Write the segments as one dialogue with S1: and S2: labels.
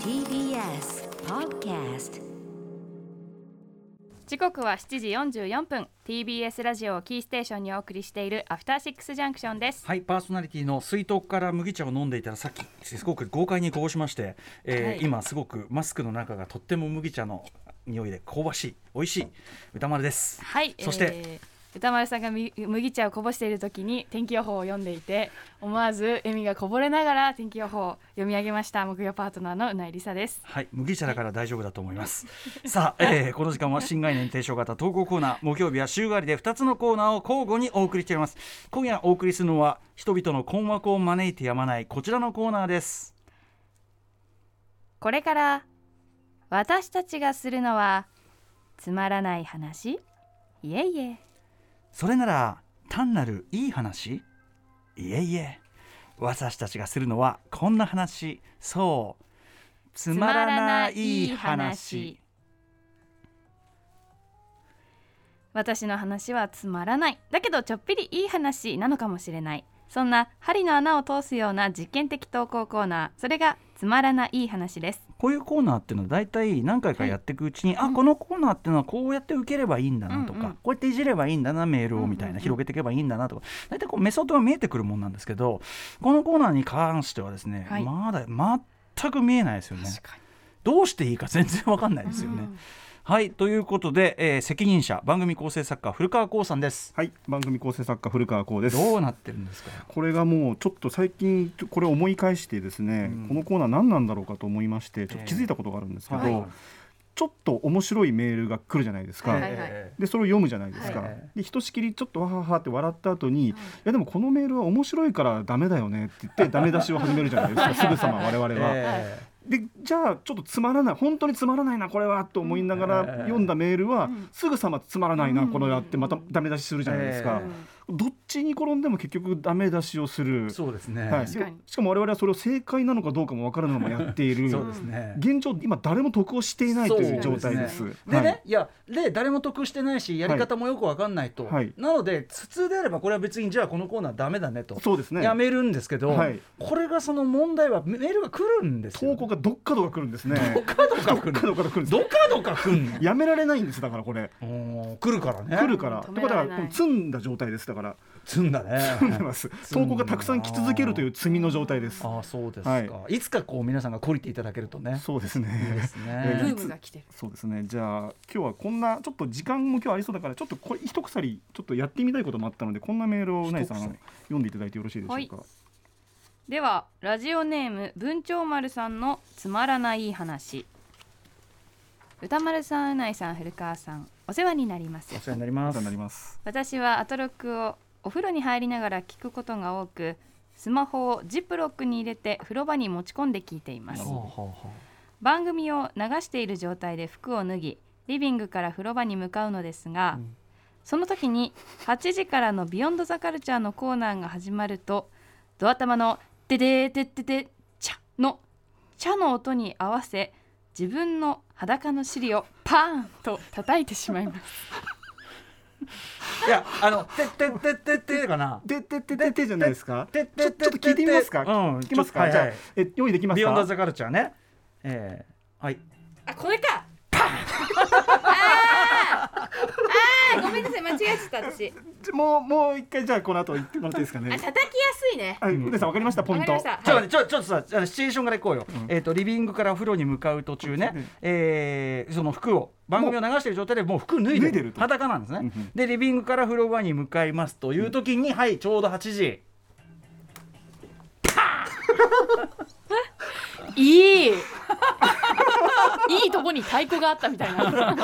S1: TBS Podcast
S2: 時刻は7時44分 TBS ラジオをキーステーションにお送りしているアフターシックスジャンクションです
S3: はい、パーソナリティの水筒から麦茶を飲んでいたらさっきすごく豪快にこぼしまして、えー
S2: はい
S3: 今すごくマスクの中がとっても麦茶の匂いで香ばしい美味しい歌丸です。
S2: はい
S3: そして
S2: えー歌丸さんがみ麦茶をこぼしている時に天気予報を読んでいて思わず笑みがこぼれながら天気予報を読み上げました木曜パートナーのうないりさです
S3: はい、麦茶だから大丈夫だと思います。さあ、えーこの時間は新概念提唱型投稿コーナー、木曜日は週替わりで2つのコーナーを交互にお送りしています。今夜お送りするのは、人々の困惑を招いてやまないこちらのコーナーです。
S2: これから私たちがするのはつまらない話いえいえ
S3: それなら単なるいい話いえいえ私たちがするのはこんな話そうつまらない話
S2: 私の話はつまらないだけどちょっぴりいい話なのかもしれないそんな針の穴を通すような実験的投稿コーナーそれがつまらない話です
S3: こういうコーナーっていうのは大体何回かやっていくうちに、あこのコーナーっていうのはこうやって受ければいいんだなとか、
S2: うんうん
S3: こうやっていじればいいんだなメール
S2: うんうんう
S3: を
S2: ん
S3: みたいな、広げていけばいいんだなとか大体こうメソッドが見えてくるもんなんですけどこのコーナーに関してはですね、
S2: はい
S3: まだ全く見えないですよね。どうしていいか全然わかんないですよね。はいということで、えー責任者番組構成作家古川光さんです。
S4: はい、番組構成作家古川光です。
S3: どうなってるんですか。
S4: これがもうちょっと最近これ思い返してですね、
S3: うん
S4: このコーナー何なんだろうかと思いましてちょっと気づいたことがあるんですけど、
S3: はい
S4: ちょっと面白いメールが来るじゃないですか、
S2: はいはい
S4: でそれを読むじゃないですか、
S3: はい
S4: でひとしきりちょっとわははって笑った後に、い、やでもこのメールは面白いからダメだよねって言ってダメ出しを始めるじゃないです かすぐさま我々は。
S3: え
S4: でじゃあちょっとつまらない本当につまらないなこれはと思いながら
S3: うん
S4: 読んだメールは、
S2: ん
S4: すぐさまつまらないな、これやってまたダメ出しするじゃないですか、どっちに転んでも結局ダメ出しをする
S3: ーそうですね。
S4: はい、
S2: 確かに
S4: でしかも我々はそれを正解なのかどうかも分からないままやっている
S3: そうですね。
S4: 現状今誰も得をしていないという状態で
S3: そ
S4: す
S3: うね
S4: は
S3: で
S4: い
S3: ね、い、やで誰も得してないしやり方もよくわかんないと、
S4: はい
S3: なので普通であればこれは別にじゃあこのコーナーダメだねと
S4: そうですね
S3: やめるんですけど、
S4: はい
S3: これがその問題はメールが来るんですよ。
S4: 投稿がどっかどか来るんですね
S3: どかどか来
S4: どっか
S3: る。
S4: どか来るんです
S3: どかどか来る
S4: やめられないんですだからこれ
S3: の。来るからね。
S4: 来るから
S2: 止
S4: と
S2: め
S4: ころ
S2: ら
S4: が
S2: れない
S4: 積んだ状態ですだから
S3: 積んだね。
S4: 積んで ます
S3: 積んだ
S4: 投稿がたくさん来続けるという積みの状態です
S3: ああそうですか、
S4: はい
S3: い、つかこう皆さんが懲りていただけるとね
S4: そうです
S3: いいで
S4: ね
S3: すね
S4: ブー
S2: ムが来てる
S4: そうですねじゃあ今日はこんなちょっと時間も今日ありそうだからちょっとこれ一鎖ちょっとやってみたいこともあったのでこんなメールをうないさん
S3: 一鎖
S4: 読んでいただいてよろしいでしょうか、
S2: ではラジオネーム文鳥丸さんのつまらない話歌丸さんうないさん古川さんお世話になります
S3: お世話になりま
S4: お
S3: す
S4: 世話になります
S2: 私はアトロックをお風呂に入りながら聞くことが多くスマホをジップロックに入れて風呂場に持ち込んで聞いています
S3: ほうほうほう
S2: 番組を流している状態で服を脱ぎリビングから風呂場に向かうのですが、
S3: うん
S2: その時に8時からの「ビヨンド・ザ・カルチャー」のコーナーが始まるとドア玉の「ででーででで茶」の「茶」の音に合わせ自分の裸の尻をパーンと叩いてしまいます
S3: いやあの「てってってってって」かな
S4: でててててじゃないですか。
S3: て
S4: ちょ
S3: て
S4: ちょ
S3: て
S4: ってと聞いてみますか。
S3: うん
S4: 聞きます
S3: ちょは
S4: か。
S3: い
S4: じ
S3: は
S4: ゃ
S3: い
S4: あえ用意で
S3: 「
S4: きます
S3: ビヨンド・
S4: か。
S3: ザ・カルチャーね」えー、はい
S2: あこれかパンあーあーごめんなさい間違えちゃった私
S4: じゃもうもう一回じゃあこの後言ってもらっていいですかね。
S2: 叩きやすいね
S4: はい、うでさんわかりましたポイント。
S2: わかりまし
S3: ちょっと待ってちょちょっとさあのシチュエーションからいこうよ、
S4: ん
S3: えっ、とリビングから風呂に向かう途中ね、
S4: うん
S3: えーその服を番組を流している状態でもう服脱い
S4: 脱
S3: で
S4: いでると
S3: 裸なんですね、
S4: うんうん
S3: でリビングから風呂場に向かいますという時に、はいちょうど8時
S5: いいいいとこに太鼓があったみたいな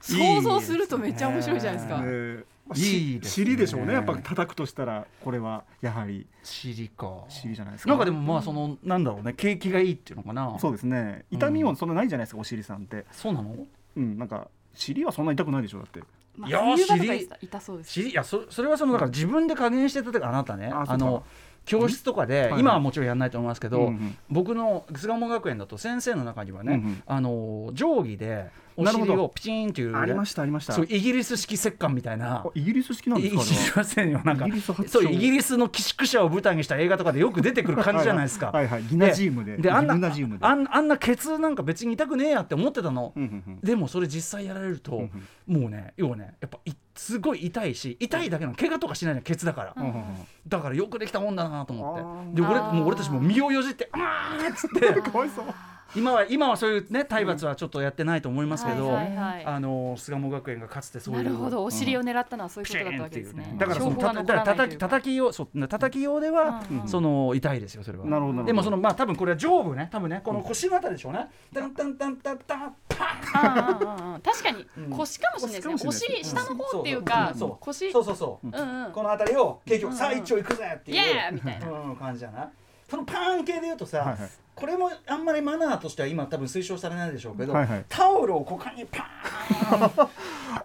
S5: 想像するとめっちゃ面白いじゃないですか
S4: え
S3: ね
S4: ーまあ
S3: いい
S4: し
S3: ですね
S4: 尻でしょうねやっぱ叩くとしたらこれはやはり
S3: 尻か
S4: 尻じゃないですか。
S3: なんかでもまあそのなんだろうね景気がいいっていうのかな
S4: そううですね痛みもそんなないじゃないですかお尻さんって。
S3: そうなの
S4: うんなんか尻はそんな痛くないでしょだって。
S5: ま
S3: いやー
S5: 冬場とか
S3: 尻
S5: 痛痛そうです
S3: 知りいやそそれはそのだから自分で加減してたとかあなたね
S4: あ
S3: あ
S4: そうか
S3: の教室とかで、
S4: はい
S3: 今はもちろんやんないと思いますけど、
S4: うんうん
S3: 僕の巣鴨学園だと先生の中にはね、
S4: うんうん
S3: あの定規でお
S4: なるほ
S3: 尻
S4: ど
S3: をピチンっていう
S4: ありましたありました
S3: そうイギリス式切開みたいな
S4: あイギリス式なん
S3: い
S4: で
S3: い知り
S4: すか
S3: ませんよ なんか
S4: イギリス発祥
S3: そうイギリスの寄宿舎を舞台にした映画とかでよく出てくる感じじゃないですか
S4: はいはいギナジウムで
S3: であんな
S4: ギムナジウムで
S3: あんあんなケツなんか別に痛くねえやって思ってたの、
S4: うんうん
S3: でもそれ実際やられると、
S4: うん
S3: もうね要はねやっぱいすごい痛いし痛いだけなの怪我とかしないのケツだから、
S4: うんうんうんうん
S3: だからよくできたもんだなと思ってで
S5: あ
S3: 俺
S5: ー
S3: もう俺たちも身をよじって「あーっつって
S4: かわいそう
S3: 今は今はそういうね体罰はちょっとやってないと思いますけど、
S5: はいはいはい
S3: あの菅野学園がかつてそうい
S5: な
S3: う
S5: るほど、お尻
S3: う
S5: を
S3: ん
S5: 狙ったのはそういう
S3: ピ
S5: こ
S3: シ
S5: とだったわ
S3: ーンって
S5: け
S3: い
S5: です
S3: う
S5: ね
S3: ね。だからその
S5: 証拠が
S3: た
S5: 残らない
S3: た
S5: と
S3: た
S5: いう
S3: き
S5: か
S3: 叩きようそう叩きようでは、
S5: うんうん
S3: その痛いですよそれは。
S4: なるほどなるほど
S3: でもそのまあ多分これは上部ね多分ねこの腰のあたりでしょうね。タンタンタンタンタンパーン
S5: あーあーあー確かに
S3: うん
S5: 腰かもしれないですね。
S4: 腰かも
S5: お
S4: しれない
S5: 尻下の方っていう
S3: そ
S5: か
S3: うそうそう、
S5: 腰、
S3: そうそうそう。
S5: うんうん、
S3: このあたりを結
S5: う
S3: 局
S5: ん
S3: さあ一丁いくぜって
S5: イ
S3: い
S5: エーイ
S3: う
S5: みたいな。
S3: うん感じじゃない。そのパーン系で言うとさ、
S4: はいはい
S3: これもあんまりマナーとしては今多分推奨されないでしょうけど、
S4: はいはい
S3: タオルを股間にパーン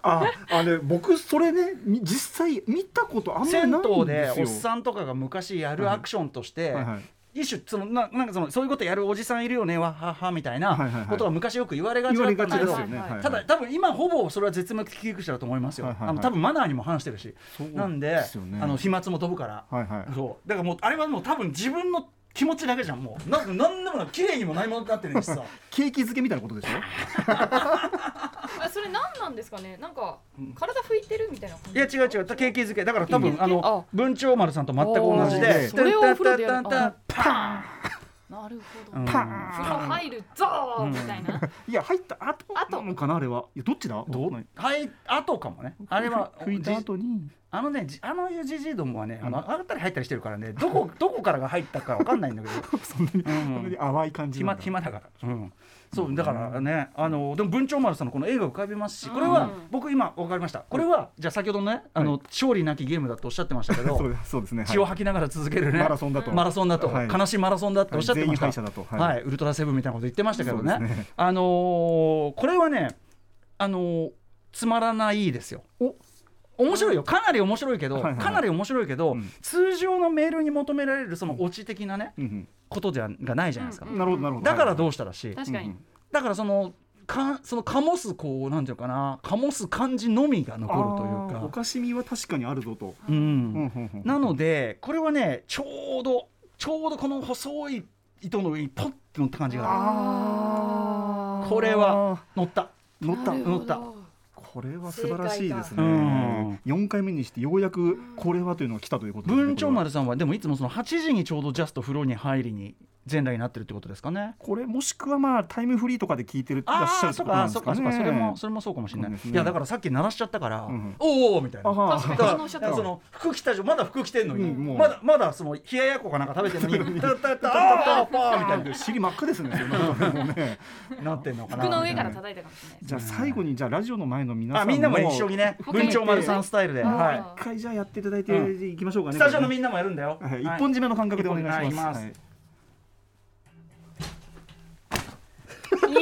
S4: ああれ僕それねみ実際見たことあんまりないん
S3: 銭
S4: ですよ
S3: 湯でおっさんとかが昔やるアクションとして、
S4: はいはい
S3: 一種そのななんかそのそういうことやるおじさんいるよねわははみたい
S4: はいはいは
S3: ないことは昔よく言われがち
S4: 言わ
S3: だ
S4: れ
S3: った
S4: が
S3: ん
S4: ち
S3: だ
S4: で
S3: け
S4: す
S3: ど
S4: よね
S5: はいはい
S4: はい
S3: ただ多分今ほぼそれは絶滅危惧種だと思いますよ、
S4: はいはいはい
S3: あの多分マナーにも反してるし
S4: そう
S3: なんで
S4: ですよね
S3: あの飛沫も飛ぶから、
S4: はいはい
S3: そうだからもうあれはもう多分自分の気持ちだけじゃんもうなんかなんでもない綺麗にも何もなって ないしさ
S4: ケーキ漬けみたいなことでしょ
S5: あそれ何なんですかね。なんか体拭いてるみたいな感
S3: い
S5: じ。
S3: や違う違う景気づけだから多
S5: 景気づ
S3: 分
S5: け
S3: あの
S5: あ
S3: 文鳥丸さんと全く同じ
S4: お
S3: で
S4: ー
S5: それをお風呂でやる
S3: タンタンタンタンパ
S5: なるほど。
S3: ーン
S5: 風
S4: パーン
S5: 呂入るぞーみたいな。
S4: いや入った後なのかなあれはいやどっちだ
S3: どうはい後かもねあれは
S4: 拭いた後に
S3: あのねじあのいうじじいどもはねあの
S4: う
S3: 上がったり入ったりしてるからねどこ どこからが入ったかわかんないんだけど
S4: そんなに
S3: う
S4: そんなに
S3: ん
S4: 淡い感じな
S3: 暇暇
S4: んだ
S3: だから、うん、そうだからねあのでも文鳥丸さんのこの映画浮かびますしこれは
S5: うん
S3: 僕今わかりましたこれはじゃあ先ほどのねあの勝利なきゲームだとおっしゃってましたけ
S4: そう
S3: ど
S4: ですそうですねはい
S3: 血を吐きながら続けるね
S4: マラソンだと
S3: マラソンだと
S4: はい
S3: 悲しいマラソンだっておっしゃって
S4: 全員
S3: まし
S4: 敗
S3: た
S4: 者だと
S3: はい、ウルトラセブンみたいなこと言ってましたけどね
S4: そうですね
S3: あのーこれはね、あのーつまらないですよ。面白いよかなり面白いけど、
S4: はいはいはい
S3: かなり面白いけど、
S4: うん
S3: 通常のメールに求められるそのオチ的なね、
S4: うん
S3: ことじゃがないじゃないですか、
S4: うんなるほどなるほど
S3: だからど
S4: う
S3: うしたらしい、
S5: 確か
S4: う
S5: に
S4: ん。
S3: だからそのかその醸すこうなんていうかな醸す感じのみが残るという
S4: あーお
S3: か
S4: かしみは確かにあるぞと
S3: うん、
S4: うん
S3: なのでこれはねちょうどちょうどこの細い糸の上にポッて乗った感じがある
S4: あー
S3: これは乗った。
S4: 乗った
S5: なるほど
S3: 乗った
S4: これは素晴らしいです
S5: 正解
S3: だうん
S4: ね四回目にしてようやくこれはというのが来たということですね
S3: 文鳥
S4: これは
S3: 丸さんはでもいつもその8時にちょうどジャスト風呂に入りに全裸になってるってことですかね。
S4: これもしくはまあタイムフリーとかで聞いてるらっしゃるって
S3: そっ
S4: こと
S3: か
S4: なん
S3: そ
S4: です
S3: っか
S4: かね
S3: そっかそれもそれもそうかもしれない。
S4: そうですね
S3: いやだからさっき鳴らしちゃったから、
S4: うんうん
S3: おーおーみたいな。
S4: あ
S5: 確
S4: ー
S3: だ
S5: かに昨
S3: から
S5: 日おっしゃ
S3: だ
S5: っ
S3: か
S5: た
S3: らその服着た状まだ服着てんのに、
S4: うんもう
S3: まだまだその冷ややっこかなんか食べてん のにタタタあーパーみたい
S4: で尻真っ赤ですね。それもうね
S3: になってんのかな。
S5: 服の上から叩いたかもしれないです。
S4: じゃあ最後にじゃあラジオの前の皆さ
S3: あ
S4: ん
S3: みんなも一緒にね
S5: もう
S3: 文鳥丸さんスタイルで、
S5: うん
S3: は
S4: 一回じゃあやっていただいて
S3: う
S4: いきましょうか
S3: い。
S4: ね。
S3: スタジオのみんなもやるんだよ。
S4: はい一本締めの感覚でお願いします。
S3: はい
S5: いい。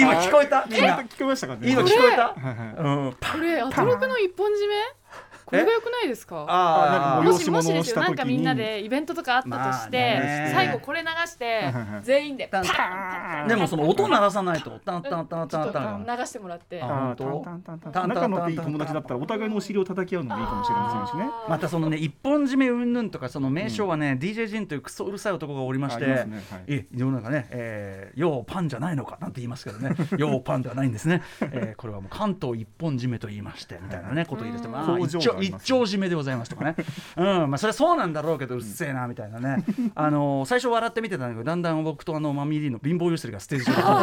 S3: 今聞こえたみん
S4: はい
S3: な。
S4: 聞こえましたかね。
S3: 今聞こえた。
S4: はいはい。
S3: うん。
S5: これアトロクの一本締め？これが良くないですか？
S4: あー
S5: もしもし
S4: 催し物
S5: で
S4: を
S5: す
S4: し
S5: よ
S4: た時に
S5: なんかみんなでイベントとかあったとして、
S3: まあね
S5: 最後これ流して
S4: いはいはい
S5: 全員でパン
S3: でもその音鳴らさないとタンタンタン
S5: ちょ
S3: タ
S5: っ
S3: ン
S5: と
S3: タン
S5: 流してもらって
S3: あ
S4: あ
S3: 本当
S4: ータンタンタン
S3: タ
S4: タ
S3: ンタンタンタン
S4: ン仲のいい友達だったらお互いのお尻を叩き合うのもいいかもしれませんしね。
S3: またそのね一本締め云々とかその名称はね、DJ ジンというクソうるさい男がおりまして
S4: ありますねはい
S3: え世の中ね、えー、ようパンじゃないのかなんて言いますけど ねようパンではないんですね、えー、これはもう関東一本締めと言いましてみたいなねことを言い出して、まあ、
S4: 工
S3: 一
S4: 場
S3: 丁
S4: があり
S3: 一
S4: ますね
S3: 丁締めでございますと かねうんまあそれはそうなんだろうけどうっせえなみたいなね、あのー最初笑って見てたんだけどだんだん僕とあのマミーディの貧乏ゆすりがステージ上でこう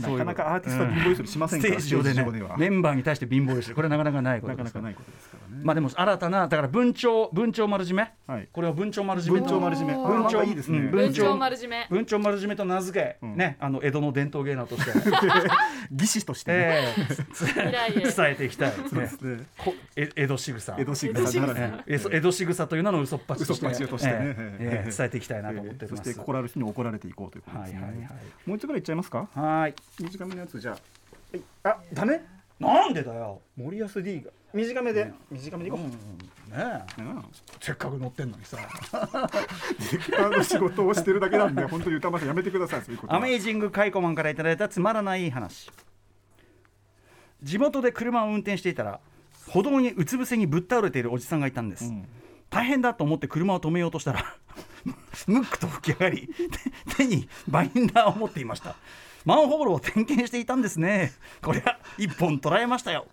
S3: う んそういう
S4: なかなかアーティストは貧乏ゆすりしません
S3: ス
S4: から
S3: テージ上で
S4: ステージ
S3: ね
S4: は
S3: メンバーに対して貧乏ゆすりこれはなかなかないこと
S4: な
S3: で
S4: か
S3: す
S4: なかないことですからね。
S3: まあでも新たなだから文鳥文鳥丸締め、
S4: はい
S3: これを文鳥丸締めと
S4: 文鳥丸締め。
S5: おー
S4: 文鳥いいですね。
S3: うん
S5: 文鳥丸締め
S3: 文鳥丸締めと名付け、
S4: うん
S3: ねあの江戸の伝統芸能として、
S4: 技師としてね。
S3: えー
S5: いやいや
S3: 伝えていきたいですね。
S4: ね
S3: こえ江戸仕草
S4: 江戸仕草ならね
S3: ええそ江戸仕草という名の嘘っぱちとして
S4: 嘘っぱちとしてね
S3: ええ
S4: ええ
S3: ええ伝えていきたいなと思っており
S4: そ
S3: ま
S4: し
S3: す。
S4: て心ある人に怒られていこうということですね。
S3: はいはいはい
S4: もう一度ぐらいいっちゃいますか。
S3: はい
S4: 短めのやつじゃあ。はいあ、ダメ。
S3: なんでだよ
S4: 森保 D が。短めで短めでいこ
S3: うん
S4: う
S3: ねえ
S4: うん
S3: せっかく乗ってんのにさ
S4: 時 間の仕事をしてるだけなんで本当に歌丸さんやめてくださいそういうこと
S3: ア
S4: は
S3: メージングカイコマンからいただいたつまらない話地元で車を運転していたら歩道にうつ伏せにぶっ倒れているおじさんがいたんです、
S4: うん
S3: 大変だと思って車を止めようとしたら ムックと吹き上がり 手手にバインダーを持っていましたマンホールを点検していたんですねこりゃ一本捉えましたよ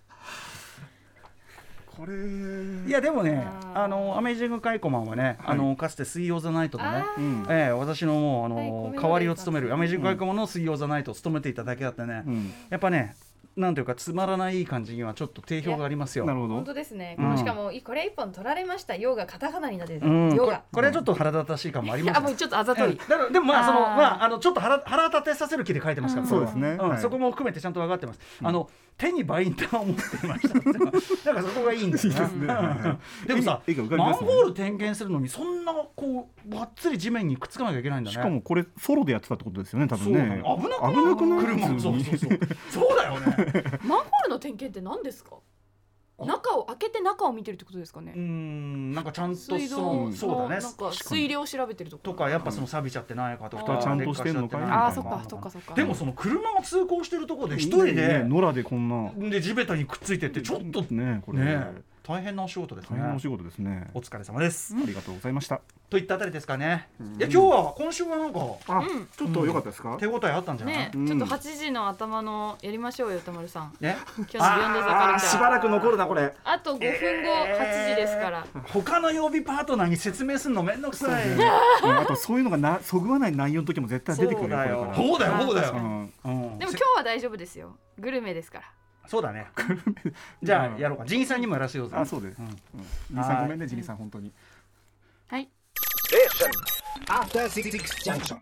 S4: これ
S3: いやでもねあのアメージングカイコマンはね、あのかつて「水曜ザナイト」でね
S4: うん
S3: ええ、私のもうあ
S2: はいコメ
S3: の
S2: ント
S3: 代わりを
S2: で
S3: 務めるアメージング外交の水曜ザナイトを務めていただけだってね、
S4: うん
S3: やっぱねなんていうかつまらない感じにはちょっと定評がありますよ。
S4: なるほ
S2: 本
S4: ど
S2: 当ですね。
S3: うん
S2: このしかもいこれ一本取られました。ヨガカタカナになってる。
S3: うん、
S2: ヨ
S3: これ
S2: ガ。
S3: これはちょっと腹立たしい感もあります
S2: あもうちょっとあざと
S3: うん
S2: い。
S3: だからでもまあその
S2: あー
S3: まああのちょっと腹腹立てさせる気で書いてますからこれは
S4: そうです
S3: ん
S4: ねはい
S3: そこも含めてちゃんと分かってます、あの手にバインダーを持っていましたって いうのはだからそこがいいんです
S4: いい
S3: ね
S4: ですねはいは
S3: でもさ
S4: 絵が絵が浮かび
S3: マン
S4: ますね
S3: ホール点検するのにそんなこうばっつり地面にくっつかなきゃいけないん
S4: い
S3: だね
S4: しかもこれソロでやってたってことですよね多
S3: そ
S4: 分
S3: うな
S4: ね
S3: の危なくない
S4: 危なくない
S3: 車そうそうそうそうだよ ね
S2: マンホールの点検って何ですか？中を開けて中を見てるってことですか
S3: う
S2: ね。
S3: ーんなんかちゃんと
S2: 水
S3: そ
S2: 道
S3: の
S2: の
S3: そうだね
S2: なんか水量を調べてるとこと
S3: かやっぱその錆びちゃってないかと
S2: あ
S3: か
S2: ー
S3: 劣化ゃってない
S4: ちゃんとしてんのかい
S2: ああそっかそっかそっか。
S3: でもその車が通行してるところで一
S4: い
S3: 人
S4: いね
S3: で
S4: 野良でこんな
S3: で地べたにくっついてってちょっと
S4: ねこれ
S3: ね大変なお仕事です
S4: 大
S3: ね
S4: 変なお仕事ですね
S3: お疲れ様です
S4: ありがとうございました
S3: といったあたりですかねいや今日は今週はなんか
S4: あ
S2: うん
S4: ちょっと良かったですか
S3: 手応えあったんじゃない
S2: ね、
S4: うん
S2: ちょっと8時の頭のやりましょうよ歌丸 さん
S3: ね
S2: 今日の「ビヨンドザカルチャー」あ
S4: らく残るなこれ
S2: と5分後8時ですから、
S3: 他の曜日パートナーに説明するのめんどくさい
S4: うんあとそういうのがなそぐわない内容の時も絶対出てくるよこれから
S3: そうだよそうだ
S2: あー確
S3: よ
S2: かに
S4: うん
S3: うん
S2: でも今日は大丈夫ですよグルメですから
S3: そう だね。じゃあやろうか。ジンさんにもやらせようぜ。
S4: あそうです
S3: ん
S4: うんジリさんごめんねジリさん本当に
S2: はい
S6: アフターシックスジャンクション